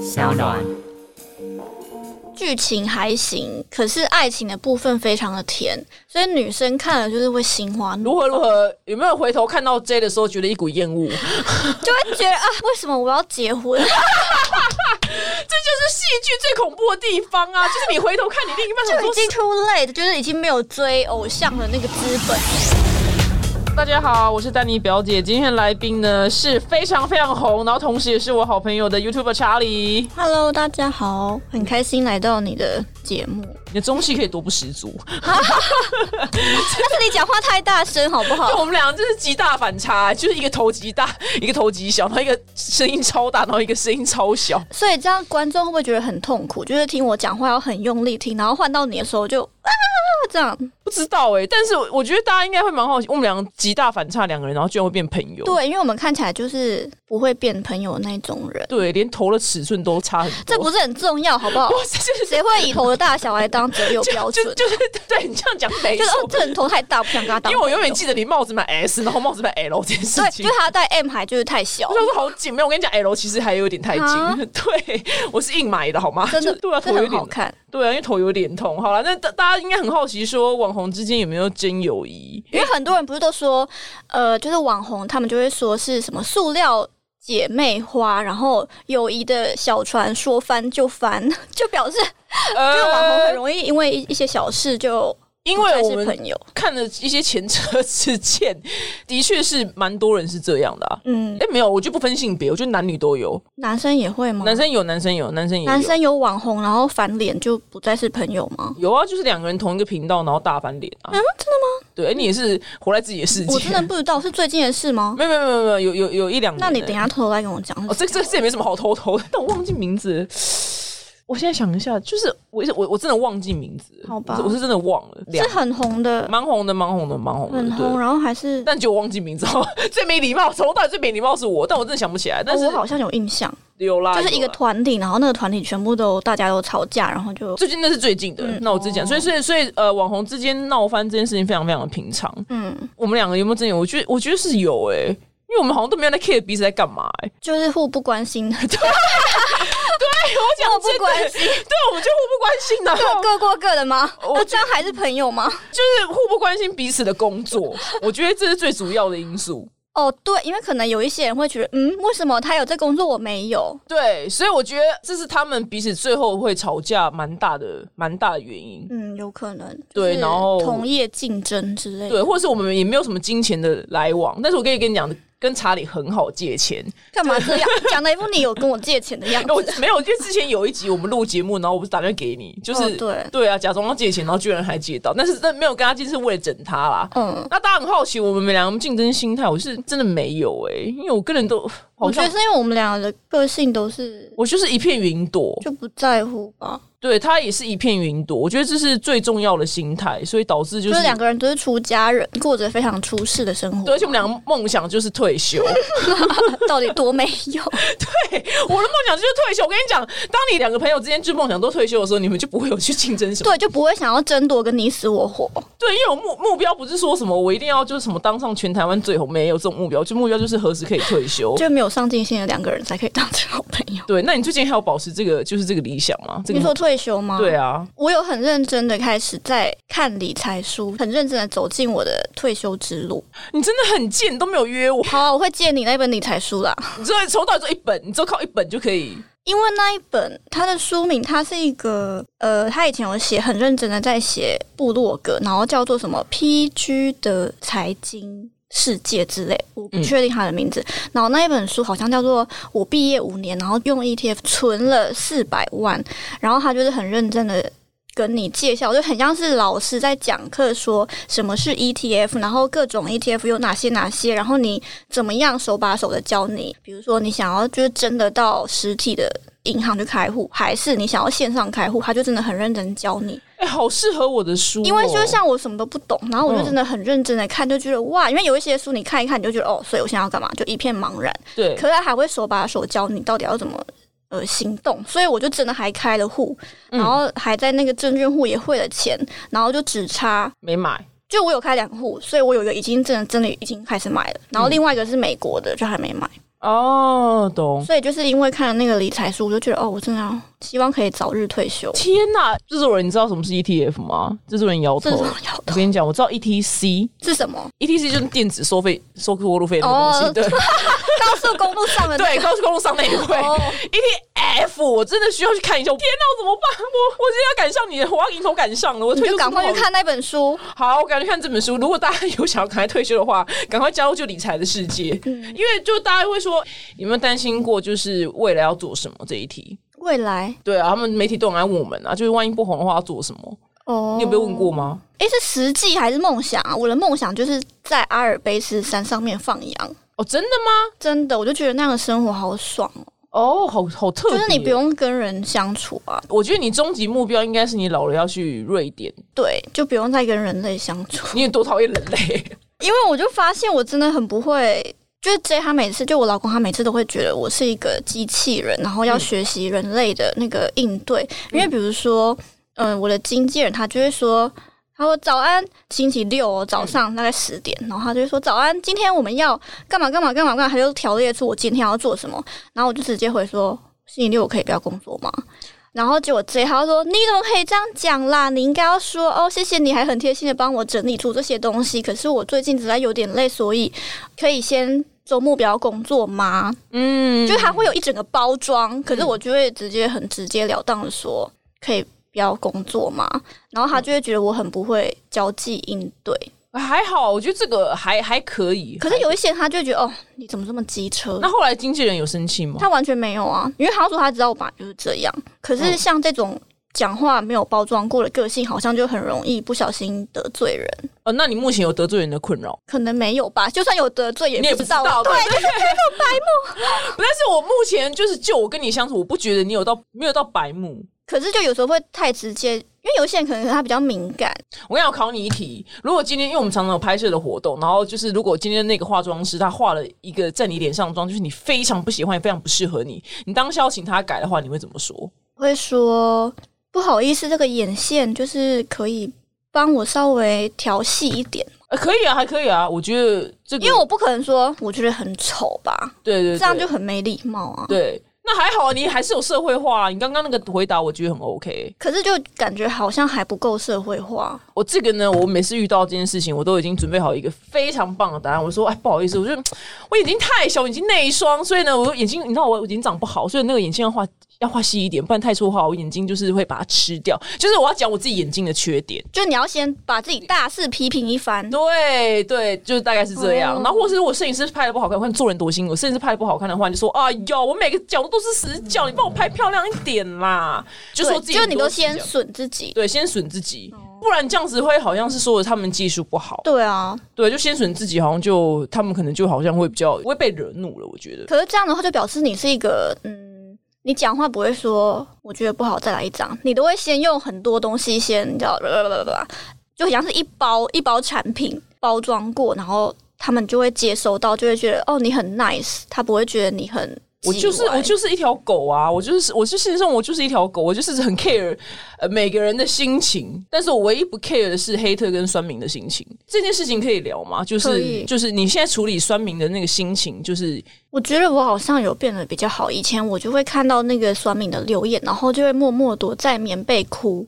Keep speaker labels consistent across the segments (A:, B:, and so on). A: 小暖。
B: 剧情还行，可是爱情的部分非常的甜，所以女生看了就是会心花怒
C: 如何如何？有没有回头看到 J 的时候觉得一股厌 恶？这就
B: 就会觉得啊，为什么我要结 婚？
C: 是戏剧最恐怖的地方啊！ 就是你回头看你另一半，想
B: 就
C: 说
B: 已经 too late，就是已经没有追偶像的那个资本。
C: 大家好，我是丹妮表姐。今天的来宾呢是非常非常红，然后同时也是我好朋友的 YouTuber 查理。
B: Hello，大家好，很开心来到你的节目，
C: 你的中气可以多不十足，
B: 但是你讲话太大声好不
C: 就
B: 好？
C: 我们俩就是极大反差，就是一个头极大，一个头极小，然后一个声音超大，然后一个声音超小。
B: 所以这样观众会不会觉得很痛苦？就是听我讲话要很用力听，然后换到你的时候就啊这样。
C: 不知道哎、但是我觉得大家应该会蛮好奇，我们俩极大反差两个人，然后居然会变朋友。
B: 对，因为我们看起来就是不会变朋友那种人，
C: 对，连头的尺寸都差很多。
B: 这不是很重要好不好？
C: 是就是
B: 谁会以头的大小来当择友标准？哦
C: 就就是对你这样讲没
B: 就是哦，
C: 错。
B: 这人头太大，不想跟他当
C: 因
B: 朋
C: 为
B: 友。
C: 我永远记得你帽子买 S，然后帽子买 L 这件事
B: 对，
C: 情
B: 就。他戴 M 牌就是太小
C: 我，想说好紧，没有，我跟你讲，L 其实还有点太紧。
B: 啊
C: 对，我是硬买的，好吗？
B: 真的
C: 就对啊，
B: 这
C: 头有
B: 很
C: 点
B: 好，看。
C: 对啊，因为头有点痛。好了，那大大家应该很好奇，说网红之间有没有真友谊？
B: 因为很多人不是都说，呃，就是网红，他们就会说是什么塑料姐妹花，然后友谊的小船说翻就翻， 就表示
C: 呃
B: 就是网红很容易因为一一些小事就
C: 因
B: 不
C: 为
B: 再
C: 我
B: 是
C: 们
B: 朋友。
C: 看了一些前车之鉴，的确是蛮多人是这样的、啊。
B: 嗯，
C: 哎、没有，我就不分性别，我觉得男女都有，
B: 男生也会吗？
C: 男生有，男生有，男生也有。
B: 男生有网红，然后翻脸就不再是朋友吗？
C: 有啊，就是两个人同一个频道，然后大翻脸啊。嗯，真的吗？对，哎你也是活在自己的世界。
B: 我真的不知道是最近的事吗？
C: 没有没有没有没有有有有一两年
B: 那
C: 欸。
B: 你等一下偷偷来跟我讲。
C: 哦，这这这也没什么好偷偷的，但 我忘记名字了。我现在想一下，就是我我我真的忘记名字了，
B: 好吧
C: 我是我是真的忘了，两
B: 是很红的，
C: 蛮红的，蛮红的，蛮红的，
B: 很红，啊
C: 对。
B: 然后还是
C: 但就忘记名字， 好吧最没礼貌，从头到尾最没礼貌是我，但我真的想不起来。但
B: 哦
C: 是
B: 我好像有印象，
C: 有啦，
B: 就是一个
C: 有啦啊
B: 团体，然后那个团体全部都大家都吵架，然后就
C: 最近那是最近的，
B: 嗯
C: 那我之前，所以所以所以呃，网红之间闹翻这件事情非常非常的平常。
B: 嗯，
C: 我们两个有没有真有？我觉得我觉得是有诶、因为我们好像都没有在 care 彼此在干嘛欸诶、
B: 就是互不关心， 对，
C: 讲
B: 我
C: 真
B: 不
C: 的
B: 关心，
C: 对，啊我们就互不关心的，
B: 各各过各的吗？
C: 啊我
B: 那这样还是朋友吗？
C: 就是互不关心彼此的工作。 我觉得这是最主要的因素。
B: 哦，对，因为可能有一些人会觉得，嗯，为什么他有这工作我没有？
C: 对，所以我觉得这是他们彼此最后会吵架蛮大的蛮大的原因。
B: 嗯，有可能，
C: 对
B: 就是
C: 然后
B: 同业竞争之类的，
C: 对，或者是我们也没有什么金钱的来往，但是我可以跟你讲，跟查理很好借钱，
B: 干嘛 这样？讲的一副你有跟我借钱的样
C: 我
B: 子。
C: 没有，因为之前有一集我们录节目，然后我不是打电话给你，就是、
B: 哦对
C: 啊，假装要借钱，然后居然还借到，但是真的没有跟他借，是为了整他啦。
B: 嗯，
C: 那大家很好奇，我们两个竞争心态，我是真的没有哎、因为我个人都 好
B: 我觉
C: 像
B: 得是因为我们俩的个性都是
C: 我就是一片云朵，
B: 就不在乎吧，
C: 对他也是一片云朵，我觉得这是最重要的心态，所以导致就
B: 就是是两个人都是出家人，过着非常出世的生活。
C: 对，而且我们两个梦想就是退 休，
B: 到底多没 有？
C: 我的梦想就是退休。我跟你讲，当你两个朋友之间就梦想都退休的时候，你们就不会有去竞争什么。
B: 对，就不会想要争夺跟你死我活。
C: 对，因为我目目标不是说什么我一定要就是什么当上全台湾最红，没有这种目标，就目标就是何时可以退休。
B: 就没有上进心的两个人才可以当成好朋友。
C: 对，那你最近还有保持这个就是这个理想吗？这个
B: 你说退休吗？
C: 对，啊，
B: 我有很认真的开始在看理财书，很认真的走进我的退休之路。
C: 你真的很贱，你都没有约我，
B: 好、啊，我会借你那本理财书啦，
C: 你只有从头到尾做一本，你只有靠一本就可以。
B: 因为那一本它的书名，它是一个呃，他以前有写很认真的在写部落格，然后叫做什么 PG 的财经。世界之类，我不
C: 嗯
B: 确定它的名字。然后那一本书好像叫做《我毕业五年》，然后用 ETF 存了四百万，然后他就是很认真的跟你介绍，就很像是老师在讲课，说什么是 ETF，然后各种 ETF 有哪些哪些，然后你怎么样手把手的教你，比如说你想要就是真的到实体的银行去开户，还是你想要线上开户，他就真的很认真教你。
C: 哎、好适合我的书哦、
B: 因为就像我什么都不懂，然后我就
C: 嗯
B: 真的很认真的看，就觉得哇，因为有一些书你看一看你就觉得哦，所以我现在要干嘛，就一片茫然。
C: 对，
B: 可是他还会手把手教你到底要怎么呃行动，所以我就真的还开了户，
C: 嗯
B: 然后还在那个证券户也汇了钱，然后就只差。
C: 没买。
B: 就
C: 嗯
B: 我有开两户，所以我有一个已经真的真的已经开始买了，然后另外一个是美国的，就还没买。
C: 哦，懂。
B: 所以就是因为看了那个理财书，我就觉得哦，我真的要希望可以早日退 休。
C: 天哪，制作人，你知道什么是 ETF 吗？制作人摇
B: 这。
C: 头
B: 种摇
C: 我
B: 头
C: 跟你讲，我知道 E ETC，ETC
B: 是什么？
C: E 就是电子收费、收过路费那个东西。
B: 哦
C: 对
B: 高速公路上的那
C: 对，
B: 个
C: 高速公路上那一块。
B: 哦
C: ETF，我真的需要去看一下。天哪，我怎么办？我我今天要赶上你，我要迎头赶上了。我
B: 你
C: 退
B: 就
C: 休
B: 赶快
C: 之
B: 去
C: 后
B: 看那本书。
C: 好，我赶快去看这本书。如果大家有想要赶快退休的话，赶快加入就理财的世界，因为就大家会说，有没有担心过就是未来要做什么这一题？
B: 未来
C: 对啊，他们媒体都很爱问我们啊，就是万一不红的话要做什么？
B: 哦，
C: 你有被问过？吗？
B: 诶，是实际还是梦想啊？我的梦想就是在阿尔卑斯山上面放羊，
C: 哦，真的吗？
B: 真的，我就觉得那样的生活好爽哦。
C: 哦，好好特
B: 就
C: 别。
B: 是你不，用跟人相处啊，
C: 我觉得你终极目标应该是你老了要去瑞典。
B: 对，就不用再跟人类相处。
C: 你有多讨厌人类？
B: 因为我就发现我真的很不会，就是 J 他每次就我老公他每次都会觉得我是一个机器人，然后要学习人类的那个应对。因为比如说，嗯、我的经纪人他就会说。他说早安，星期六哦，早上大概十点，然后他就会说早安，今天我们要干嘛干嘛干嘛干嘛，他就条列出我今天要做什么，然后我就直接回说星期六我可以不要工作吗？然后结果 J 他就说：“你怎么可以这样讲啦？你应该要说哦，谢谢你还很贴心的帮我整理出这些东西。可是我最近实在有点累，所以可以先周末不要工作吗？
C: 嗯，
B: 就他会有一整个包装，可是我就会直接很直截了当的说可以不要工作吗？然后他就会觉得我很不会交际应对。
C: 还好，我觉得这个还还可以。
B: 可是有一些他就会觉得哦，你怎么这么机车？
C: 那后来经纪人有生气吗？
B: 他完全没有啊，因为他说他知道我本来就是这样。可
C: 嗯
B: 是像这种讲话没有包装过的个性，好像就很容易不小心得罪人。
C: 哦，那你目前有得罪人的困扰？
B: 可能没有吧，就算有得罪也
C: 你也
B: 不
C: 不
B: 知
C: 知
B: 道。
C: 道，
B: 对，
C: 对，就是白 目。但是我目前就是就我跟你相处，我不觉得你有到没有到白目。
B: 可是就有时候会太直接，因为有些人可能他比较敏感，
C: 我跟你讲我考你一题，如果今天因为我们常常有拍摄的活动，然后就是如果今天那个化妆师他化了一个在你脸上的妆，就是你非常不喜欢，也非常不适合你，你当下要请他改的话，你会怎么说？
B: 会说不好意思，这个眼线就是可以帮我稍微调细一点，
C: 呃，可以啊，还可以啊，我觉得这个，
B: 因为我不可能说我觉得很丑吧，
C: 对对对，
B: 这样就很没礼貌啊。
C: 对。那还好，你还是有社会化、啊。你刚刚那个回答，我觉得很 OK。
B: 可是就感觉好像还不够社会化，
C: 我这个呢，我每次遇到这件事情，我都已经准备好一个非常棒的答案。我说，哎，不好意思，我觉得我眼睛太小，眼睛内双，所以呢，我眼睛，你知道我我眼睛长不好，所以那个眼线要画要画细一点，不然太粗的话，我眼睛就是会把它吃掉。就是我要讲我自己眼睛的缺点。
B: 就你要先把自己大肆批评一番。
C: 对对，就是大概是这样。
B: 哦
C: 然后或是我摄影师拍的不好看，或者做人多辛苦，摄影师拍的不好看的话，你就说，哎呦，我每个角度都是死角，你帮我拍漂亮一点啦。就说
B: 对，
C: 自己
B: 就
C: 很
B: 你
C: 多啊
B: 都
C: 死
B: 先哦
C: 角
B: 损自己。
C: 对，先损自己，不然这样子会好像是说他们技术不好，
B: 对啊，
C: 对，就先损自己，好像就他们可能就好像会比较会被惹怒了，我觉得。
B: 可是这样的话，就表示你是一个嗯，你讲话不会说我觉得不好再来一张，你都会先用很多东西先，你知道，就好像是一包一包产品包装过，然后他们就会接收到，就会觉得哦你很 nice，他不会觉得你很
C: 我就是
B: 叽歪
C: 我就是一条狗啊！我就是我是事实上我就是一条狗，我就是很 care 呃每个人的心情，但是我唯一不 care 的是黑特跟酸民的心情。这件事情可以聊吗？就
B: 可
C: 是
B: 以
C: 就是你现在处理酸民的那个心情，就是
B: 我觉得我好像有变得比较好，以前我就会看到那个酸敏的留言，然后就会默默躲在棉被哭，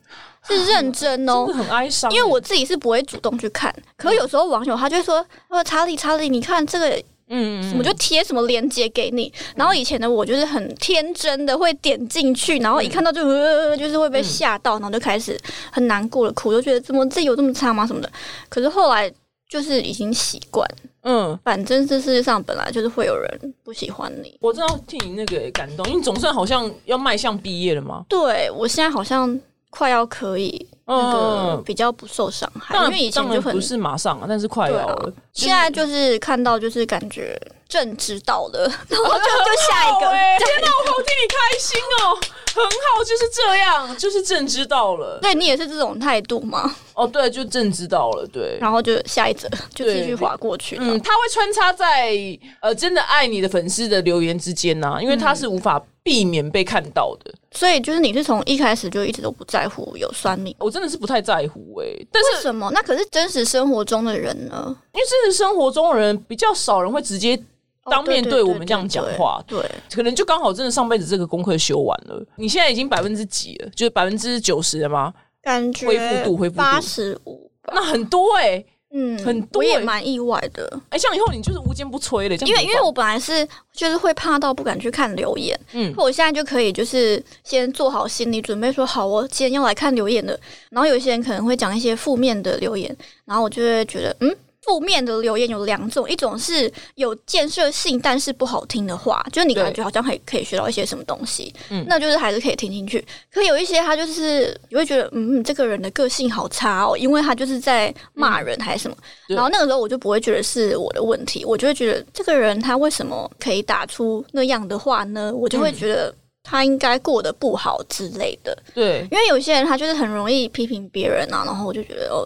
B: 是认真
C: 啊真
B: 哦
C: 的。很哀伤欸、
B: 因为我自己是不会主动去看，可是有时候网友他就会说：“呃，查理，查理，你看这个
C: 嗯
B: 我就贴什么链接给你。然后以前的我就是很天真的会点进去，然后
C: 嗯
B: 一看到就、呃，就是会被吓到，然后就开始很难过的哭，就觉得怎么自己有这么差吗什么的。可是后来就是已经习惯，
C: 嗯。
B: 反正这世界上本来就是会有人不喜欢你。
C: 我真的要替你那个欸感动，因为总算好像要迈向毕业了吗？
B: 对我现在好像快要可以那个
C: 嗯
B: 比较不受伤害，
C: 当
B: 因
C: 然
B: 为以前
C: 当
B: 就
C: 然
B: 很
C: 不是马上啊，但是快
B: 对
C: 要
B: 啊
C: 了。
B: 现在就是看到就是感觉正知道了， 然后就就下一
C: 好
B: 个。
C: 欸天哪，我好替你开心哦，很好，就是这样，就是正知道了。
B: 对你也是这种态度吗？
C: 哦，对，就正知道了，对。
B: 然后就下一则就
C: 对
B: 继续划过去。
C: 嗯，
B: 嗯，
C: 他会穿插在呃真的爱你的粉丝的留言之间呐、因为他是无法避免被看到的。
B: 所以就是你是从一开始就一直都不在乎有酸民，
C: 我真的是不太在乎哎、但
B: 为
C: 是
B: 什么？那可是真实生活中的人呢？
C: 因为真实生活中的人比较少人会直接
B: 哦
C: 当面
B: 对
C: 对
B: 对
C: 我
B: 对
C: 们这样
B: 对
C: 讲
B: 对
C: 话，
B: 对，
C: 可能就刚好真的上辈子这个功课修完了。你现在已经百分之几了？就是百分之九十了吗？
B: 感觉
C: 恢复度恢复度
B: 八十五吧，
C: 那很多哎、
B: 嗯，
C: 很多
B: 我也
C: 欸
B: 蛮意外的，
C: 哎、像以后你就是无坚不摧了，这样
B: 因为
C: 怎
B: 因
C: 么
B: 为
C: 办
B: 我本来是就是会怕到不敢去看留言，
C: 嗯
B: 我现在就可以就是先做好心理准备，说好我今天要来看留言的。然后有一些人可能会讲一些负面的留言，然后我就会觉得，嗯，负面的留言有两种，一种是有建设性但是不好听的话，就是你
C: 对
B: 感觉好像还可以学到一些什么东西，
C: 嗯
B: 那就是还是可以听进去。可有一些他就是你会觉得，嗯，这个人的个性好差哦，因为他就是在骂人还是什么。
C: 嗯对
B: 然后那个时候我就不会觉得是我的问题，我就会觉得这个人他为什么可以打出那样的话呢？我就会
C: 嗯
B: 觉得他应该过得不好之类的。
C: 对
B: 因为有些人他就是很容易批评别人啊，然后我就觉得哦，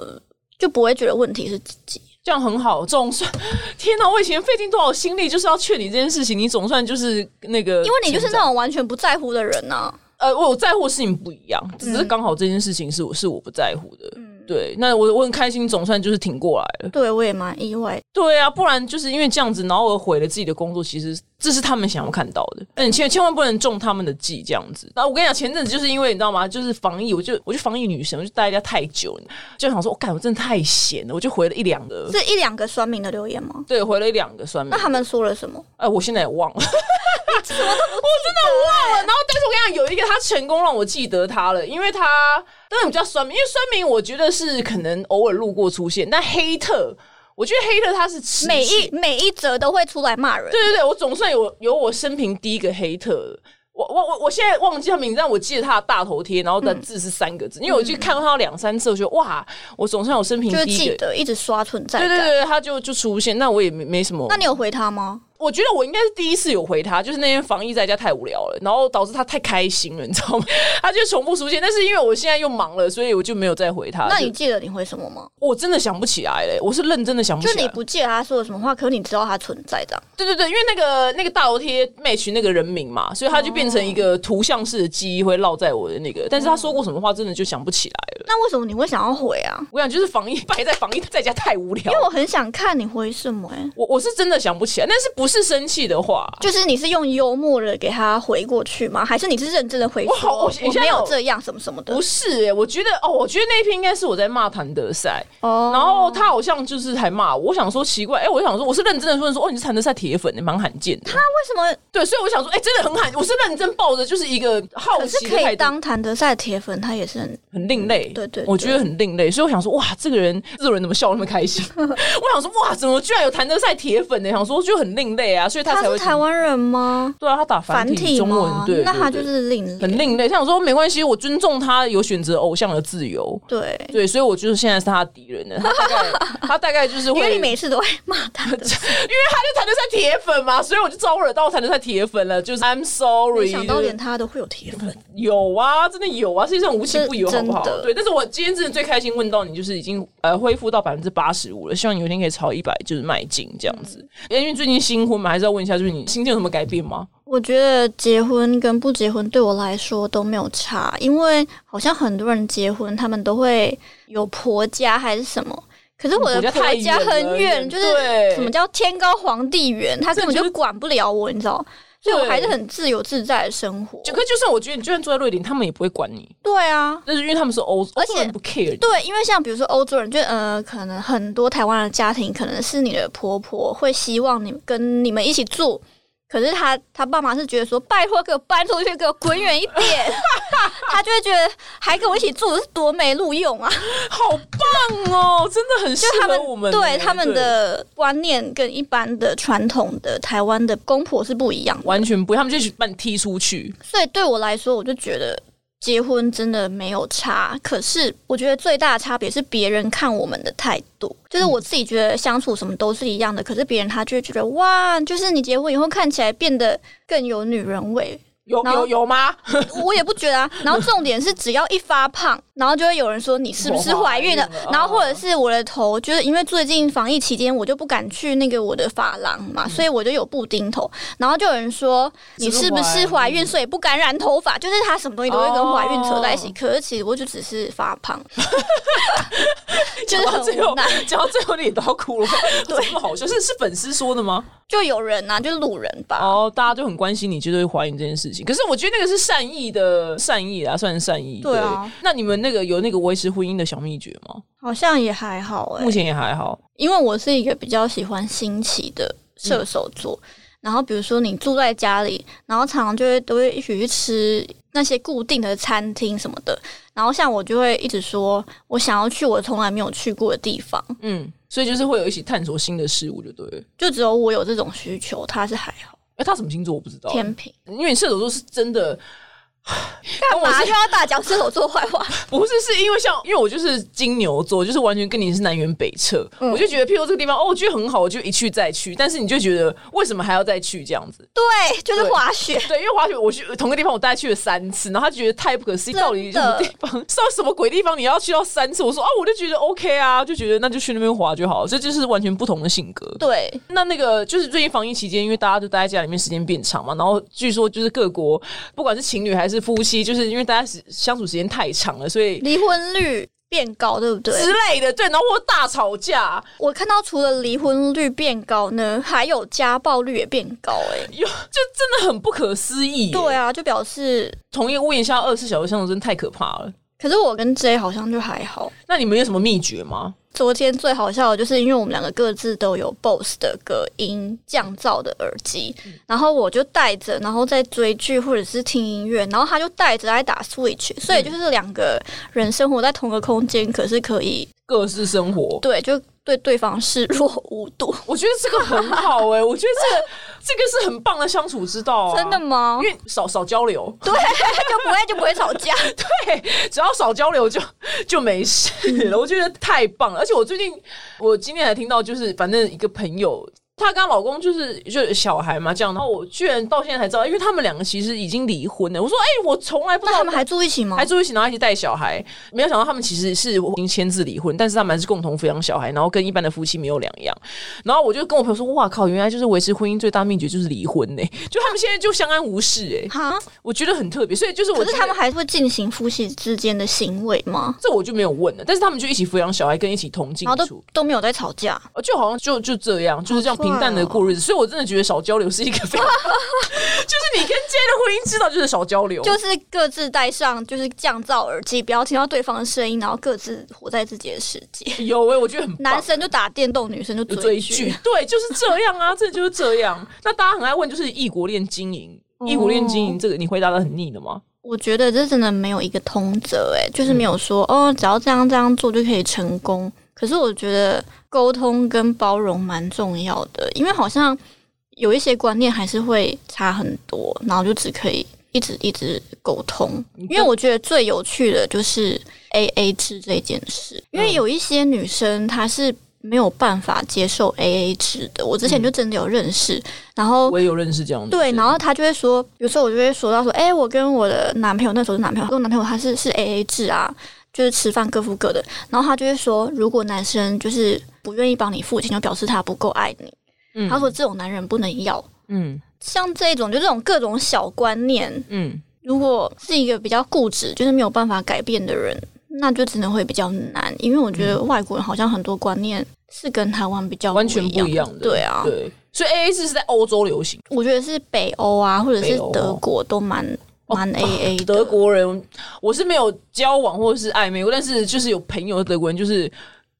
B: 就不会觉得问题是自己。
C: 这样很好，总算 天哪！我以前费尽多少心力就是要劝你这件事情，你总算就是那个成长，
B: 因为你就是那种完全不在乎的人呐、啊
C: 呃，我有在乎的事情不一样，只是刚好这件事情
B: 嗯
C: 是我是我不在乎的。对，那我我很开心，总算就是挺过来了。
B: 对我也蛮意外。
C: 对啊，不然就是因为这样子，然后我毁了自己的工作，其实这是他们想要看到的。那你千千万不能中他们的计，这样子。那我跟你讲，前阵子就是因为你知道吗？就是防疫，我就我就防疫女神，我就待在家太久了，就想说，我、干，我真的太闲了，我就回了一两个，
B: 是一两个酸民的留言吗？
C: 对，回了一两个酸民
B: 那。他们说了什么？
C: 哎，我现在也忘了，我真的忘了。然后，但是我跟你讲，有一个他成功让我记得他了，因为他当然比较酸民，因为酸民我觉得是可能偶尔路过出现，但黑特，我觉得黑特他是持续
B: 每一每一则都会出来骂人。
C: 对对对，我总算有有我生平第一个黑特了。我我我我现在忘记他名字，但我记得他的大头贴，然后
B: 嗯
C: 的字是三个字，因为我去看过他两三次，我觉得哇，我总算有生平
B: 就是
C: 第一
B: 记
C: 个。
B: 得一直刷存在
C: 对
B: 感。
C: 对对，他就就出现，那我也没没什么。
B: 那你有回他吗？
C: 我觉得我应该是第一次有回他，就是那天防疫在家太无聊了，然后导致他太开心了，你知道吗？他就重复出现，但是因为我现在又忙了，所以我就没有再回他。
B: 那你
C: 啊就
B: 记得你回什么吗？
C: 我真的想不起来嘞，我是认真的想不啊
B: 就
C: 起
B: 你
C: 来。
B: 不记得他说了什么话，可你知道他存在这样。
C: 对对对，因为那个那个大头贴 match 那个人名嘛，所以他就变成一个图像式的记忆会烙在我的那个，但是他说过什么话，真的就想不起来了。
B: 那为什么你会想要回啊？
C: 我想就是防疫，摆在防疫在家太无聊
B: 因为
C: 了。
B: 我很想看你回什么、欸，
C: 我我是真的想不起来，但是不是生气的话，
B: 就是你是用幽默的给他回过去吗？还是你是认真的回
C: 我
B: 说？
C: 好我
B: 我
C: 现在
B: 没
C: 有
B: 有这样什么什么的
C: 不。是、欸、我觉得哦，我觉得那篇应该是我在骂谭德赛，
B: 哦
C: 然后他好像就是还骂我，我想说奇怪，哎、我想说我是认真的问说，哦，你是谭德赛铁粉，你蛮罕见的。
B: 为什么
C: 对，所以我想说，哎、真的很罕，我是认真抱着就是一个好
B: 可是
C: 奇的
B: 可以
C: 态度，
B: 当谭德赛铁粉？他也是很
C: 很另类。
B: 对对对
C: 我觉得很另类，所以我想说，哇，这个人这种人怎么笑那么开 心？我想说，哇，怎么居然有谭德赛铁粉呢？想说就很另类啊，所以他
B: 他
C: 才会
B: 是台湾人吗？
C: 对啊，他打繁
B: 繁
C: 体
B: 体
C: 中文
B: 吗，？
C: 对，
B: 那他
C: 对
B: 就
C: 对
B: 是另
C: 很
B: 类。
C: 另类。想说没关系，我尊重他有选择偶像的自由。
B: 对，
C: 对，所以我就是现在是他的敌人了。他大概他大概就是 会
B: 因为你每次都会骂他 的。
C: 因为他就谭德赛铁粉嘛，所以我就招惹到谭德赛铁粉了。就是 I'm
B: 没
C: sorry，
B: 想到
C: 就是
B: 连他都会有铁粉，
C: 有啊，真的有啊，世界上无奇不有，好
B: 真
C: 不好
B: 真？的
C: 对，但是我今天真的最开心问到你，就是已经呃恢复到百分之八十五了，希望你有一天可以朝一百就是迈进这样子。
B: 嗯
C: 因为最近新婚嘛，还是要问一下，就是你心境有什么改变吗？
B: 我觉得结婚跟不结婚对我来说都没有差，因为好像很多人结婚，他们都会有婆家还是什么。可是我的
C: 嗯婆家太
B: 婆家
C: 远了
B: 很
C: 远
B: 远，就是
C: 对
B: 什么叫天高皇帝远，他根本
C: 这
B: 就
C: 就是
B: 管不了我，你知道？所以我
C: 对
B: 还是很自由自在的生活。
C: 就可就算我觉得你就算住在瑞典，他们也不会管你，
B: 对啊，
C: 但是因为他们是欧欧
B: 而且
C: 洲人不 care 你。
B: 对，因为像比如说欧洲人，就呃，可能很多台湾的家庭，可能是你的婆婆会希望你跟你们一起住，可是她她爸妈是觉得说，拜托给我搬出去，给我滚远一 点，她就会觉得还跟我一起住是多没录用 啊！
C: 好棒哦，真的很适
B: 就他
C: 合
B: 们
C: 我们欸耶。
B: 对他们的观念跟一般的传统的台湾的公婆是不一样的
C: 对。完全不，他们就是把你踢出去。
B: 所以对我来说，我就觉得结婚真的没有差。可是我觉得最大的差别是别人看我们的态度，就是我自己觉得相处什么都是一样的，可是别人他就会觉得哇，就是你结婚以后看起来变得更有女人味。
C: 有
B: 然后
C: 有有吗？
B: 我也不觉得啊。然后重点是，只要一发胖，然后就会有人说你是不是怀孕了哦
C: 我怀孕了？
B: 然后或者是我的头，就是因为最近防疫期间，我就不敢去那个我的发廊嘛，所以我就有布丁头。然后就有人说你嗯是不是怀孕，所以不敢染头发？就是他什么东西都会跟怀孕扯在一起。
C: 哦
B: 可是其实我就只是发胖，就
C: 讲
B: 是
C: 到
B: 很
C: 最后
B: 无奈。，
C: 讲到最后你也都要哭了， 对，这么好笑，是是粉丝说的吗？
B: 就有人啊，就是路人吧。
C: 哦，大家就很关心你，就对怀孕这件事情。可是我觉得那个是善意的善意啦，算是善意。
B: 对啊
C: 那你们那个有那个维持婚姻的小秘诀吗？
B: 好像也还好哎、
C: 目前也还好。
B: 因为我是一个比较喜欢新奇的射手座，然后比如说你住在家里，然后常常就会都会一起去吃那些固定的餐厅什么的，然后像我就会一直说我想要去我从来没有去过的地方，
C: 嗯，所以就是会有一起探索新的事物，就对了。
B: 就只有我有这种需求，他是还好
C: 哎、他什么星座我不知道，
B: 天平，
C: 因为射手座是真的，
B: 干
C: 嘛
B: 嘛又要大讲射手座坏话？
C: 不是是因为像，因为我就是金牛座，就是完全跟你是南辕北辙。
B: 嗯
C: 我就觉得，譬如这个地方，哦，我觉得很好，我就一去再去，但是你就觉得为什么还要再去这样子？
B: 对，就是滑雪。
C: 对，因为滑雪，我去同个地方，我大概去了三次，然后他觉得太不可思议，
B: 真的
C: 到底什么地方，到底什么鬼地方你要去到三次？我说啊，我就觉得 OK 啊，就觉得那就去那边滑就好了，这就是完全不同的性格。
B: 对，
C: 那那个就是最近防疫期间，因为大家都待在家里面，时间变长嘛，然后据说就是各国不管是情侣还是夫妻，就是因为大家时相处时间太长了，所以
B: 离婚率变高，对不对？
C: 之类的，对，然后或大吵架，
B: 我看到除了离婚率变高呢，还有家暴率也变高、欸，哎，
C: 有就真的很不可思议。
B: 对，啊，就表示
C: 同一个屋檐下二十四小时相处真的太可怕了。
B: 可是我跟 J 好像就还好。
C: 那你们有什么秘诀吗？
B: 昨天最好笑的就是，因为我们两个各自都有 BOSS 的隔音降噪的耳机，然后我就戴着，然后在追剧或者是听音乐，然后他就戴着在打 Switch，所以就是两个人生活在同个空间，可是可以
C: 各式生活，
B: 对就对对方视若无睹，
C: 我觉得这个很好哎、我觉得这个这个是很棒的相处之道、啊，
B: 真的。吗
C: 因？为少少交流，
B: 对， 就不会就不会吵架。
C: 只要少交流就就没事了。我觉得太棒了，而且我最近我今天还听到，就是反正一个朋友。她跟她老公就是就是小孩嘛，这样，然后我居然到现在才知道，因为他们两个其实已经离婚了。我说，哎、我从来不 知
B: 那
C: 道
B: 他们还住一起吗
C: 还？住一起，然后一起带小孩。没有想到他们其实是已经签字离婚，但是他们还是共同抚养小孩，然后跟一般的夫妻没有两样。然后我就跟我朋友说：“哇靠，原来就是维持婚姻最大秘诀就是离婚呢、就他们现在就相安无事哎、
B: 哈，
C: 我觉得很特别。所以就是我
B: 可
C: 觉
B: 是
C: 得
B: 他们还会进行夫妻之间的行为吗？
C: 这我就没有问了，但是他们就一起抚养小孩，跟一起同进
B: 然后
C: 出
B: 都。都没有在吵架。
C: 呃就好像就就这样，就是这样
B: 好帅哦
C: 平淡的过日子，所以我真的觉得少交流是一个 非常，就是你跟 J 的婚姻之道就是少交流，
B: 就是各自戴上就是降噪耳机，不要听到对方的声音，然后各自活在自己的世界。
C: 有哎、我觉得很棒
B: 男生就打电动，女生就
C: 追
B: 追
C: 剧
B: 剧。，
C: 对，就是这样啊，这就是这样。那大家很爱问，就是异国恋经营，异国恋
B: 哦
C: 经营这个，你回答的很腻的吗？
B: 我觉得这真的没有一个通则，哎，就是没有说、哦，只要这样这样做就可以成功。可是我觉得沟通跟包容蛮重要的，因为好像有一些观念还是会差很多，然后就只可以一直一直沟通。因为我觉得最有趣的就是 A A 制这件事，因为有一些女生她是没有办法接受 A A 制的。我之前就真的有认识，然后
C: 我也有认识这样的，
B: 对，然后他就会说，比如说我就会说到说，哎、我跟我的男朋友那时候是男朋友，跟我男朋友他是是 A A 制啊，就是吃饭各付各的。然后他就会说，如果男生就是不愿意帮你付钱，就表示他不够爱你。
C: 嗯
B: 他说这种男人不能要。
C: 嗯
B: 像这种就这种各种小观念，
C: 嗯，
B: 如果是一个比较固执，就是没有办法改变的人，那就只能会比较难。因为我觉得外国人好像很多观念是跟台湾比较
C: 嗯完全不
B: 不
C: 一
B: 一样
C: 样
B: 的
C: 的，
B: 对啊，
C: 对。所以 A A 制是在欧洲流行，
B: 我觉得是北欧啊，或者
C: 北
B: 是
C: 欧哦
B: 德国都蛮蛮 A A 的。
C: 德国人我是没有交往或者是暧昧过，但是就是有朋友的德国人，就是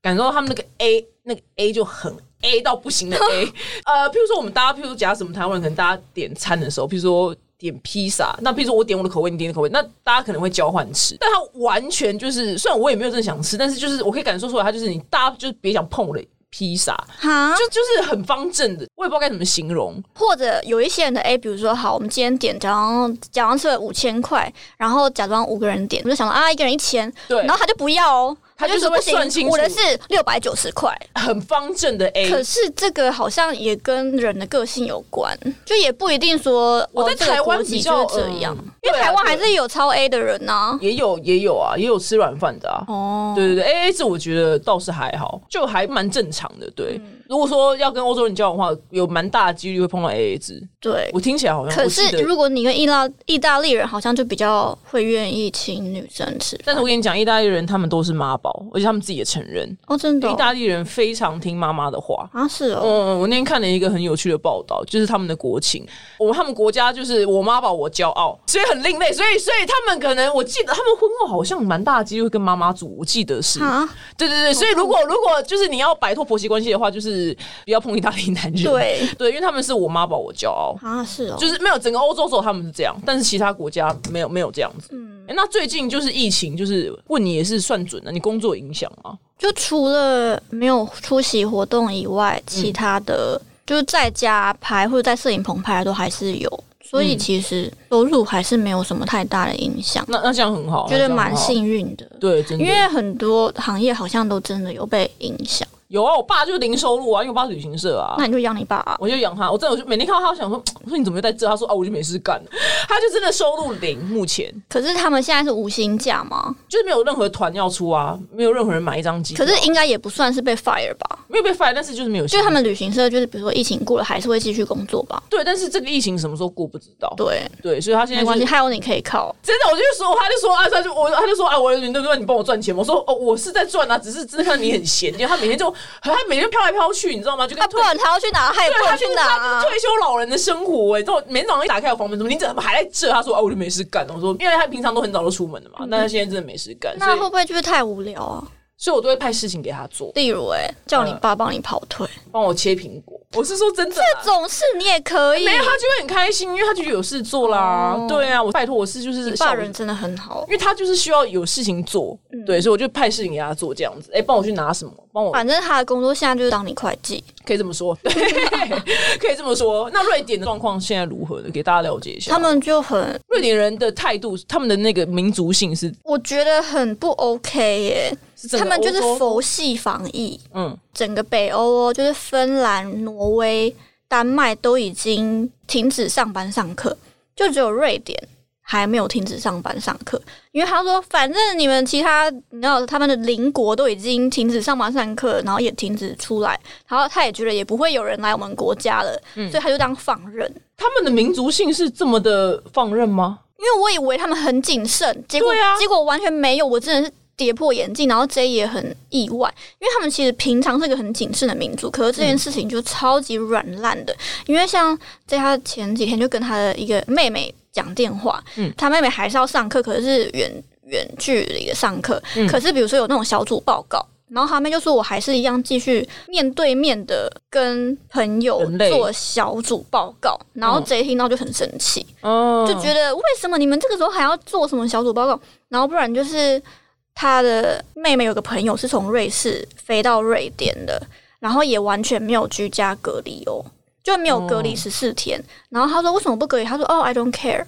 C: 感受到他们那个 A 那个 A 就很 A 到不行的 A。呃，譬如说我们大家，譬如假如什么台湾人，可能大家点餐的时候，譬如说。点披萨，那譬如说我点我的口味，你点你的口味，那大家可能会交换吃。但他完全就是，虽然我也没有真的想吃，但是就是我可以感受出来，他就是你大家就是别想碰我的披萨，
B: 哈，
C: 就就是很方正的，我也不知道该怎么形容。
B: 或者有一些人的 A，比如说好，我们今天点假装假装吃了五千块，然后假装五个人点，我就想到啊，一个人一千，
C: 对
B: 然后他就不要哦，
C: 他
B: 就
C: 就是
B: 说
C: 会
B: 不行
C: 算清，楚，
B: 我的是六百九十块。
C: 很方正的 A。
B: 可是这个好像也跟人的个性有关，就也不一定说
C: 我在
B: 哦这个
C: 台湾
B: 国籍
C: 比较
B: 就是这样
C: 嗯，
B: 因为
C: 对啊
B: 台湾
C: 对
B: 还是有超 A 的人呐。
C: 也有也有啊，也有吃软饭的啊。
B: 哦，
C: 对对对，A A 制我觉得倒是还好，就还蛮正常的。对，
B: 嗯
C: 如果说要跟欧洲人交往的话，有蛮大的几率会碰到 A A 制。
B: 对。
C: 我听起来好像
B: 可
C: 我记
B: 是
C: 得
B: 如果你跟意大意大利人，好像就比较会愿意请女生吃饭。
C: 但是我跟你讲，意大利人他们都是妈宝，而且他们自己也承认，
B: 哦，真的
C: 意
B: 哦
C: 大利人非常听妈妈的话。
B: 啊是哦，
C: 嗯，我那天看了一个很有趣的报道，就是他们的国情，我们他们国家就是我妈宝我骄傲，所以很另类，所以所以他们可能我记得他们婚后好像蛮大的几率会跟妈妈住，我记得是。
B: 啊
C: 对对对，所以如果如果就是你要摆脱婆媳关系的话，就是不要碰意大利男人。
B: 对
C: 对，因为他们是我妈宝，我骄傲。
B: 啊是哦，
C: 就是没有整个欧洲走，他们是这样，但是其他国家没有没有这样子。嗯、那最近就是疫情，就是问你也是算准的，你工作影响吗？
B: 就除了没有出席活动以外，
C: 嗯
B: 其他的、就是在家拍或者在摄影棚拍的都还是有，所
C: 嗯
B: 以其实收入还是没有什么太大的影响，
C: 那那这样很好，
B: 觉得蛮
C: 运。
B: 幸运的。
C: 对，真的
B: 因为很多行业好像都真的有被影响，
C: 有啊，我爸就是零收入啊，因为我爸是旅行社啊。
B: 那你就养你爸、啊。
C: 我就养他，我真的我就每天看到他，我想说，我说你怎么又在这？他说啊，我就没事干， 他就真的收入零，目前
B: 可是他们现在是无薪假吗？
C: 就是没有任何团要出啊，没有任何人买一张机票，
B: 可是应该也不算是被 fire 吧？
C: 没有被 fire，但是就是没有
B: 就
C: 薪水，
B: 是他们旅行社，就是比如说疫情过了，还是会继续工作吧？
C: 对，但是这个疫情什么时候过不知道，
B: 对，
C: 对，所以他现在
B: 没关
C: 就
B: 系，
C: 是
B: 还有你可以靠。
C: 真的，我就说，他就说啊，他就我他就说啊，我你对不对？你帮我赚钱吗，我说哦，我是在赚啊，只是真的看你很闲，因为他每天就他每天飘来飘去，你知道吗？就跟
B: 啊他不
C: 退
B: 管他要去哪，他也不
C: 对，
B: 知道
C: 他
B: 去
C: 就是
B: 哪、
C: 他
B: 啊
C: 就是。退休老人的生活哎、欸，然后每天早上一打开我房门，怎么你怎么还在这？他说哦，我就没事干。我说，因为他平常都很早就出门的嘛，但他现在真的没事干，
B: 嗯
C: 所
B: 那
C: 以
B: 会不会就是太无聊啊？
C: 所以我都会派事情给他做，
B: 例如、哎，叫你爸帮你跑腿，
C: 帮我切苹果。我是说真的啊
B: 这
C: 啦。
B: 种事你也可以。
C: 没有，他就会很开心，因为他就有事做啦。
B: 哦
C: 对啊，我拜托我是就是
B: 你
C: 小
B: 爸人嗯真的很好
C: 因，为他就是需要有事情做，对，所以我就派事情给他做这样子。哎、帮我去拿什么？帮我
B: 反正他的工作现在就是当你会计。
C: 可以这么说， 对，可以这么说。那瑞典的状况现在如何呢？给大家了解一下。
B: 他们就很，
C: 瑞典人的态度，他们的那个民族性是
B: 我觉得很不 OK 耶、
C: 是整
B: 他
C: 个
B: 们就是
C: 欧洲
B: 佛系防疫，
C: 嗯，
B: 整个北欧哦，就是芬兰、挪威、丹麦都已经停止上班上课，就只有瑞典还没有停止上班上课，因为他说，反正你们其他你知道他们的邻国都已经停止上班上课，然后也停止出来，然后他也觉得也不会有人来我们国家了，所以他就当放任。
C: 他们的民族性是这么的放任吗？
B: 因为我以为他们很谨慎，结果、
C: 对啊
B: 结果完全没有，我真的是跌破眼镜。然后 J 也很意外，因为他们其实平常是个很谨慎的民族，可是这件事情就超级软烂的。因为像在他前几天就跟他的一个妹妹讲电话，
C: 嗯
B: 他妹妹还是要上课，可是远远距离的上课，
C: 嗯
B: 可是比如说有那种小组报告。然后他妹就说：“我还是一样继续面对面的跟朋友
C: 人类
B: 做小组报告。”然后
C: 嗯
B: J 听到就很生气，
C: 嗯，
B: 就觉得为什么你们这个时候还要做什么小组报告？然后不然就是他的妹妹有个朋友是从瑞士飞到瑞典的，然后也完全没有居家隔离哦，就没有
C: 哦
B: 隔离十四天。然后他说为什么不隔离？他说哦，I don't care。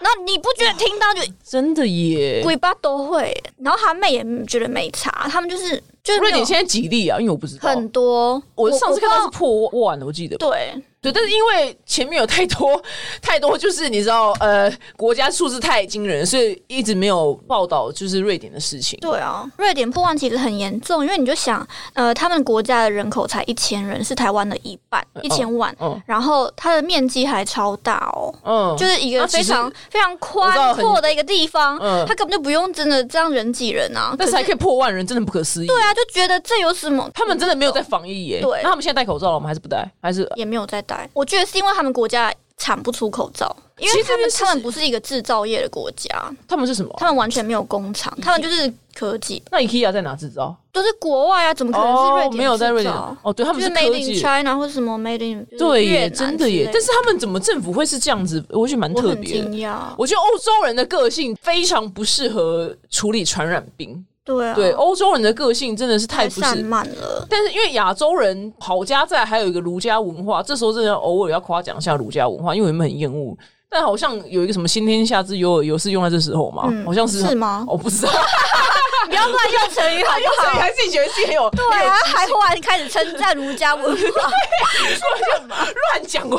B: 那你不觉得听到就
C: 真的耶。
B: 尾巴都会？然后他妹也觉得没差，他们就是就是没
C: 瑞
B: 有
C: 典现在几例啊？因为我不知道，
B: 很多，
C: 我上次看到
B: 我
C: 是破万了，我记得。
B: 不知道对，
C: 对，但是因为前面有太多太多，就是你知道，呃，国家数字太惊人，所以一直没有报道就是瑞典的事情。
B: 对啊，瑞典破万其实很严重，因为你就想，呃，他们国家的人口才一千人，是台湾的一半，一千万，
C: 嗯
B: 然后它的面积还超大哦。
C: 嗯，
B: 就是一个
C: 那其
B: 非
C: 实
B: 常非常
C: 我知道
B: 宽
C: 很
B: 阔的一个地方，
C: 嗯
B: 它根本就不用真的这样人挤人啊。
C: 但是还可
B: 以，
C: 以破万人，真的不可思议。
B: 对啊，就觉得这有什么？
C: 他们真的没有在防疫耶。
B: 对
C: 那他们现在戴口罩了吗？还是不戴？还是
B: 也没有在戴。我觉得是因为他们国家产不出口罩，因
C: 其
B: 为
C: 实这
B: 他们
C: 件事
B: 他们不是一个制造业的国家，
C: 他们是什么啊？
B: 他们完全没有工厂，他们就是科技，
C: 那 IKEA 在哪制造？
B: 都是国外啊，怎么可能是瑞典、制
C: 哦没有在瑞典
B: 造
C: 哦，对，他们
B: 就是是 Made
C: 科
B: in
C: 技。
B: China 或是什么 Made in 就是
C: 对
B: 越
C: 耶，
B: 南
C: 真的
B: 之类
C: 耶！但是他们怎么政府会是这样子？我觉得蛮
B: 我
C: 特
B: 很
C: 别的。
B: 惊讶，
C: 我觉得欧洲人的个性非常不适合处理传染病。
B: 对啊，
C: 对，欧洲人的个性真的是太
B: 太
C: 不
B: 散
C: 是。
B: 漫了。
C: 但是因为亚洲人好家在，还有一个儒家文化，这时候真的偶尔要夸奖一下儒家文化，因为我们很厌恶。但好像有一个什么“先天下之忧而忧”是用在这时候嘛？哦
B: 嗯
C: 好像是啊
B: 是吗
C: 我、不知道，
B: 不要乱用成语好
C: 用
B: 不
C: 成语
B: 好？
C: 还自己觉得自己很有
B: 对啊，还忽然开始称赞儒家文化，
C: 乱讲话，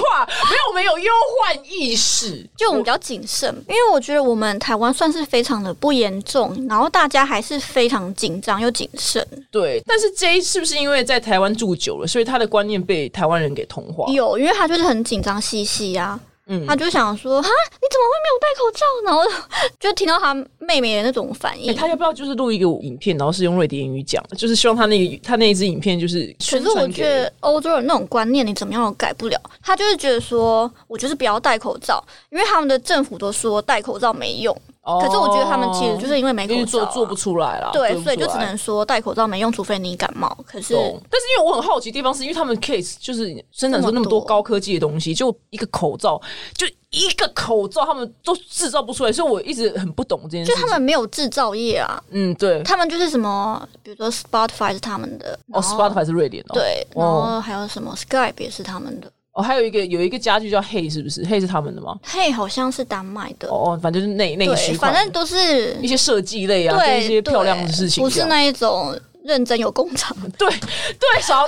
C: 没有我们有忧患意识。
B: 就我们比较谨慎，因为我觉得我们台湾算是非常的不严重，然后大家还是非常紧张又谨慎。
C: 对，但是 J 是不是因为在台湾住久了，所以他的观念被台湾人给同化？
B: 有，因为他就是很紧张兮兮啊，
C: 嗯
B: 他就想说哈，你怎么会没有戴口罩？然后就听到他妹妹的那种反应。
C: 欸他要不要就是录一个影片，然后是用瑞典语讲？就是希望他那个他那一支影片就是
B: 可
C: 宣
B: 是我
C: 传
B: 觉
C: 给。
B: 得欧洲人那种观念，你怎么样都改不了。他就是觉得说，我就是不要戴口罩，因为他们的政府都说戴口罩没用。
C: 哦
B: 可是我觉得他们其实就是因为没口
C: 因为
B: 罩
C: 做
B: 啊、
C: 做不出来啦，
B: 对
C: 做，不
B: 所以就
C: 出
B: 只
C: 来
B: 能说戴口罩没用，除非你感冒。可是
C: 懂。但是因为我很好奇的地方是，因为他们 case 就是生产出那么多高科技的东西，就一个口罩，就一个口罩，他们都制造不出来，所以我一直很不懂这件事
B: 就
C: 情。
B: 他们没有制造业啊，
C: 嗯，对，
B: 他们就是什么，比如说 Spotify 是他们的，然
C: 哦
B: 后
C: ，Spotify 是瑞典哦，，
B: 对，然
C: 哦
B: 后还有什么 Skype 也是他们的。
C: 哦，还有一个有一个家具叫 Hey，是不是？Hey 是他们的吗？
B: 嘿，好像是丹麦的，
C: 哦，哦，反正就是那那一区
B: 对，
C: 块，
B: 反正都是
C: 一些设计类啊，跟
B: 对
C: 一些漂亮的
B: 对
C: 事情
B: 不
C: 这
B: 是
C: 样，
B: 那一种认真有工厂的。
C: 对对，少，那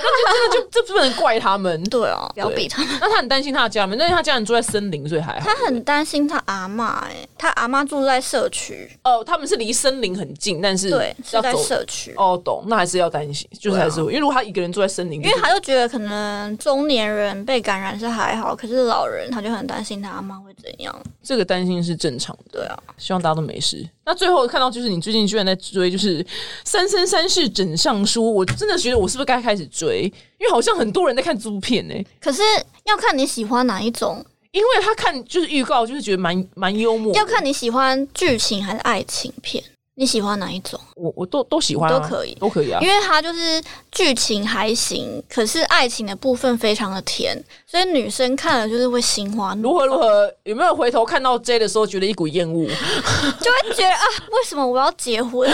C: 就真的就这不能怪他们。
B: 对啊，不要
C: 对
B: 比他们。
C: 那他很担心他的家人，但是他家人住在森林，所以还好。
B: 他很担心他阿嬷，哎，他阿嬷住在社区，
C: 哦，他们是离森林很近，但是
B: 对，是
C: 要
B: 在
C: 走
B: 社区。
C: 哦，懂，那还是要担心，就是还是会、因为如果他一个人住在森
B: 啊
C: 林，
B: 因为
C: 就是
B: 他就觉得可能中年人被感染是还好，可是老人他就很担心他阿妈会怎样。
C: 这个担心是正常的。
B: 对啊，
C: 希望大家都没事。那最后看到就是你最近居然在追，就是《三生三世枕上书》，我真的觉得我是不是该开始追？因为好像很多人在看租片呢、欸
B: 可是要看你喜欢哪一种，
C: 因为他看就是预告，就是觉得蛮蛮幽默的。
B: 要看你喜欢剧情还是爱情片，你喜欢哪一种？
C: 我我都都喜欢、啊，
B: 都可以
C: 都可以啊
B: 因。为它就是剧情还行，可是爱情的部分非常的甜，所以女生看了就是会心花怒
C: 如何如何？有没有回头看到 J 的时候觉得一股 厌恶？
B: 就会觉得啊，为什么我要结婚？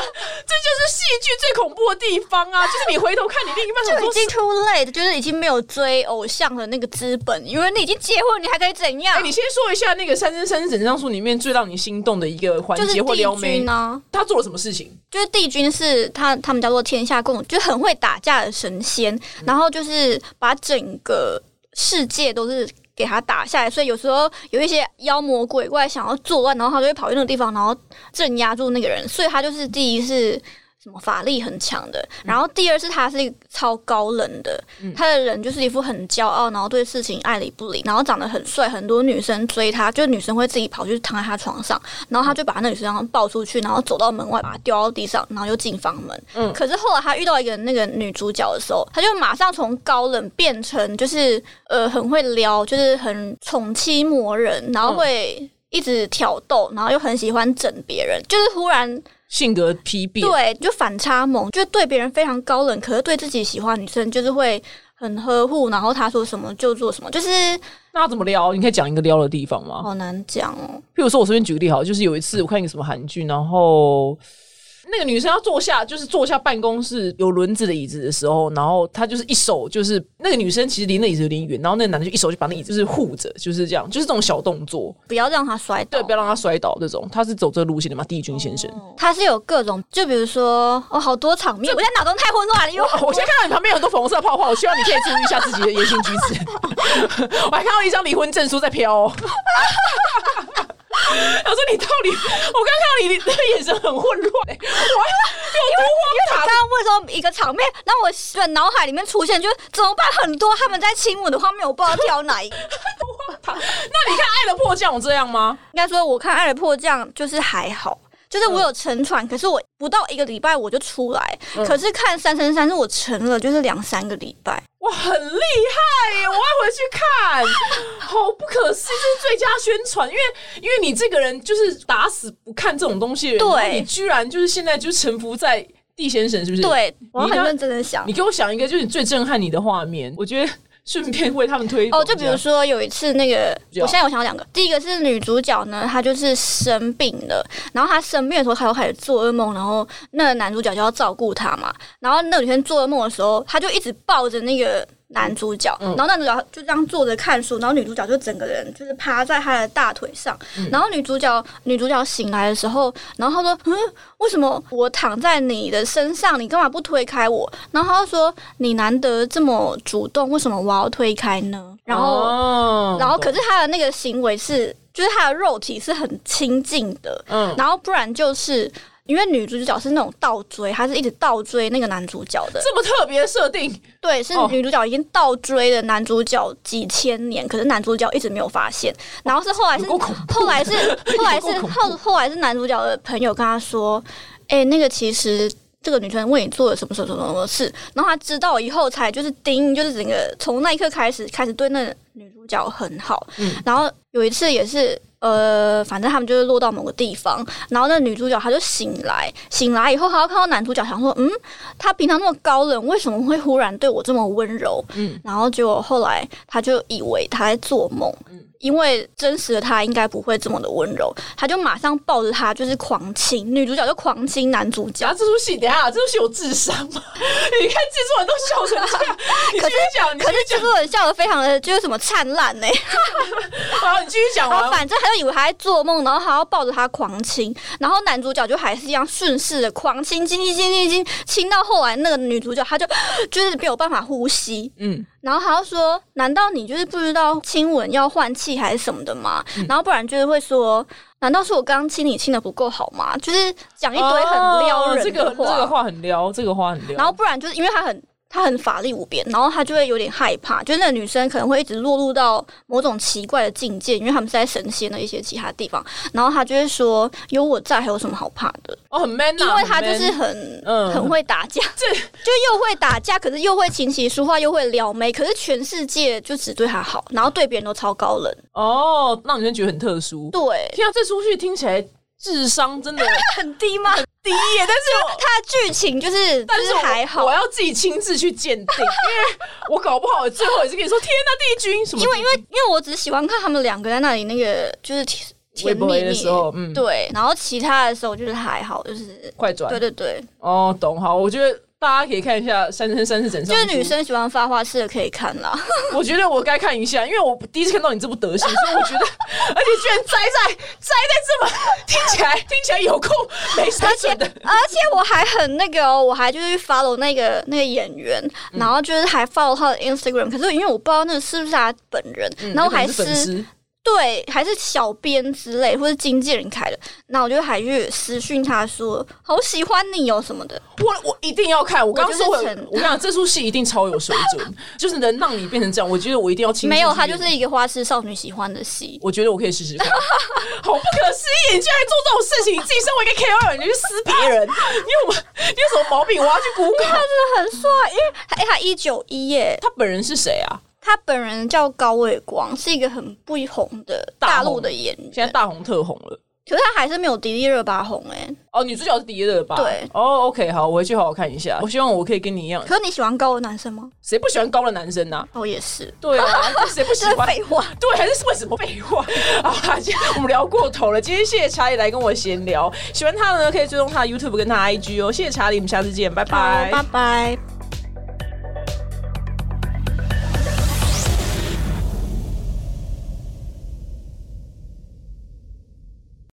C: 这就是戏剧最恐怖的地方啊！就是你回头看你另一半，想
B: 就
C: 说
B: 已经 too late，就是已经没有追偶像的那个资本，因为你已经结婚，你还可以怎样？
C: 哎、你先说一下那个《三生三世枕上书》里面最让你心动的一个环
B: 就是
C: 节或撩
B: 帝
C: 妹
B: 君，啊呢、
C: 他做了什么事情？
B: 就是帝君是他他们叫做天下共，就很会打架的神仙，然后就是把整个世界都是。给他打下来，所以有时候有一些妖魔鬼怪想要作乱，然后他就会跑去那个地方，然后镇压住那个人。所以他就是第一是什么法力很强的，然后第二是他是一个超高冷的，他的人就是一副很骄傲，然后对事情爱理不理，然后长得很帅，很多女生追他，就是女生会自己跑去躺在他床上，然后他就把那女生抱出去，然后走到门外，把她丢到地上，然后又进房门。
C: 嗯
B: 可是后来他遇到一个那个女主角的时候，他就马上从高冷变成就是呃很会撩，就是很宠妻魔人，然后会一直挑逗，然后又很喜欢整别人，就是忽然
C: 性格批变，
B: 对就反差萌，就是对别人非常高冷，可是对自己喜欢的女生就是会很呵护，然后他说什么就做什么，就是
C: 那他怎么撩？你可以讲一个撩的地方吗？
B: 好难讲哦。
C: 譬如说，我随便举个例好了，就是有一次我看一个什么韩剧，然后那个女生要坐下，就是坐下办公室有轮子的椅子的时候，然后她就是一手就是那个女生其实离那椅子有点远，然后那个男的就一手就把那椅子就是护着，就是这样，就是这种小动作，
B: 不要让他摔倒，
C: 对，不要让她摔倒这种。他是走这个路线的嘛，帝君先生。
B: 它是有各种，就比如说哦，好多场面，我现在脑中太混乱了，因为
C: 我我现在看到你旁边有很多粉红色的泡泡，我希望你可以注意一下自己的言行举止。 我还看到一张离婚证书在飘、哦。 他说：“你到底？我刚看到你的眼神很混乱、欸，我还有多
B: 刚
C: 荒
B: 刚
C: 唐？
B: 为什么一个场面让我的脑海里面出现，就是怎么办？很多他们在亲吻的画面，我不知道挑哪一个。
C: 那你看《爱的迫降》有这样吗？
B: 应该说，我看《爱的迫降》就是还好。就是我有沉船，可是我不到一个礼拜我就出来。可是看《三生三世》，我沉了就是两三个礼拜。
C: 哇，很厉害耶！我要回去看，好不可思议，这是最佳宣传。因为因为你这个人就是打死不看这种东西的人，
B: 对
C: 然后你居然就是现在就是臣服在帝先生，是不是？
B: 对，我
C: 你
B: 很
C: 刚
B: 认真的想
C: 你。给我想一个，就是你最震撼你的画面，我觉得顺便为他们推
B: 哦，
C: 广
B: 就比如
C: 这样
B: 说有一次那个，
C: 这样
B: 我现在有想到两个，第一个是女主角呢，她就是生病了，然后她生病的时候，她就开始做噩梦，然后那个男主角就要照顾她嘛，然后那个女生做噩梦的时候，她就一直抱着那个男主角，
C: 嗯
B: 然后男主角就这样坐着看书，然后女主角就整个人就是趴在他的大腿上，
C: 嗯
B: 然后女主角女主角醒来的时候，然后她说，嗯，为什么我躺在你的身上，你干嘛不推开我？然后她就说，你难得这么主动，为什么我要推开呢？然后。
C: 哦
B: 然后可是他的那个行为是，就是他的肉体是很亲近的，
C: 嗯
B: 然后不然就是因为女主角是那种倒追，她是一直倒追那个男主角的，
C: 这么特别的设定，
B: 对，是
C: 哦
B: 女主角已经倒追了男主角几千年，可是男主角一直没有发现，然后是后来是
C: 有够恐怖
B: 后来是后来
C: 有
B: 是
C: 够恐
B: 后后来是男主角的朋友跟他说，哎、那个其实。这个女生为你做了什么什么什么什么事，然后他知道以后才就是盯，就是整个从那一刻开始开始对那个女主角很好，
C: 嗯
B: 然后有一次也是，呃，反正他们就是落到某个地方，然后那女主角她就醒来，醒来以后，她就看到男主角，想说，嗯，他平常那么高冷，为什么会忽然对我这么温柔？
C: 嗯
B: 然后结果后来她就以为她在做梦。因为真实的她应该不会这么的温柔，她就马上抱着他就是狂亲，女主角就狂亲男主角
C: 讲，这出戏，等一下这出戏有智商吗？ 你看制作人都笑成这样， 你继续讲，你继
B: 可是
C: 续
B: 制
C: 讲，
B: 作人笑得非常的就是什么灿烂呢、欸
C: 好，你继续讲
B: 然后
C: 完。
B: 反正他就以为他在做梦，然后还要抱着他狂亲，然后男主角就还是一样顺势的狂亲，亲亲亲亲亲，亲到后来那个女主角她就就是没有办法呼吸，
C: 嗯，
B: 然后还要说，难道你就是不知道亲吻要换气还是什么的吗？
C: 嗯
B: 然后不然就是会说，难道是我刚亲你亲的不够好吗？就是讲一堆很撩
C: 哦这
B: 人
C: 个
B: 的
C: 这个话很撩，这个话很撩。
B: 然后不然就是因为他很他很法力无边，然后他就会有点害怕，就是那个女生可能会一直落入到某种奇怪的境界，因为他们是在神仙的一些其他地方，然后他就会说有我在还有什么好怕的？
C: 哦，很 man 啊，
B: 因为他
C: 很
B: 就
C: man
B: 是很。
C: 嗯
B: 很会打架，
C: 这
B: 就又会打架，可是又会琴棋书画，又会撩妹，可是全世界就只对他好，然后对别人都超高冷。
C: 哦，让女生觉得很特殊。
B: 对，
C: 天啊，这出戏听起来智商 真的
B: 很低吗？
C: 低耶，但是我。
B: 他剧情就是，
C: 但
B: 就是是
C: 我
B: 还好
C: 我，要自己亲自去鉴定，因为我搞不好最后也是跟你说，天呐，帝君什么帝君？
B: 因为因为因为我只喜欢看他们两个在那里那个就是甜甜
C: 微
B: 蜜
C: 博
B: 蜜
C: 的时候，嗯，
B: 对，然后其他的时候就是还好，就是
C: 快转
B: 对对对，
C: 哦，懂好，我觉得大家可以看一下《三生三世枕
B: 就
C: 上
B: 是
C: 书
B: 女，生喜欢发花式的可以看啦。
C: 我觉得我该看一下，因为我第一次看到你这部德行，所以我觉得，而且居然栽在栽在这么听起来听起来有空没水准的，
B: 而且我还很那个哦，我还就是 follow 那个那个演员，然后就是还 follow 他的 Instagram，可是因为我不知道那个是不是他本人，
C: 嗯
B: 然后还
C: 有可能是粉丝
B: 对，还是小编之类或者经纪人开的，那我就还去私讯他说好喜欢你哦什么的，
C: 我我一定要看，我刚刚说我
B: 我
C: 我
B: 就是
C: 跟
B: 成
C: 你讲，这出戏一定超有水准，就是能让你变成这样，我觉得我一定要亲自
B: 没有，他
C: 去
B: 就是一个花痴少女喜欢的戏。
C: 我觉得我可以试试 看，好不可思议！你居然做这种事情，你自己身为一个 KOL，你就去撕别 人，你有你有什么毛病？我要去 Google。
B: 很帅，因为他哎他一九一耶，
C: 他本人是谁啊？
B: 他本人叫高伟光，是一个很不红的
C: 大
B: 大
C: 红
B: 陆的演
C: 现
B: 员
C: 在，大红特红了。
B: 可是他还是没有迪丽热巴红哎、
C: 哦，女主角是迪乐吧？
B: 对
C: 哦、o k 好，我回去好好看一下。我希望我可以跟你一样，
B: 可是你喜欢高的男生吗？
C: 谁不喜欢高的男生呐、啊？
B: 哦，也是，
C: 对啊，谁不喜
B: 这是
C: 欢？
B: 废话。
C: 对，还是为什么废话？ 好啦，今天我们聊过头了。今天谢谢查理来跟我闲聊，喜欢他的呢可以追踪他的 YouTube 跟他的 IG 哦。谢谢查理，我们下次见，拜
B: 好，拜拜。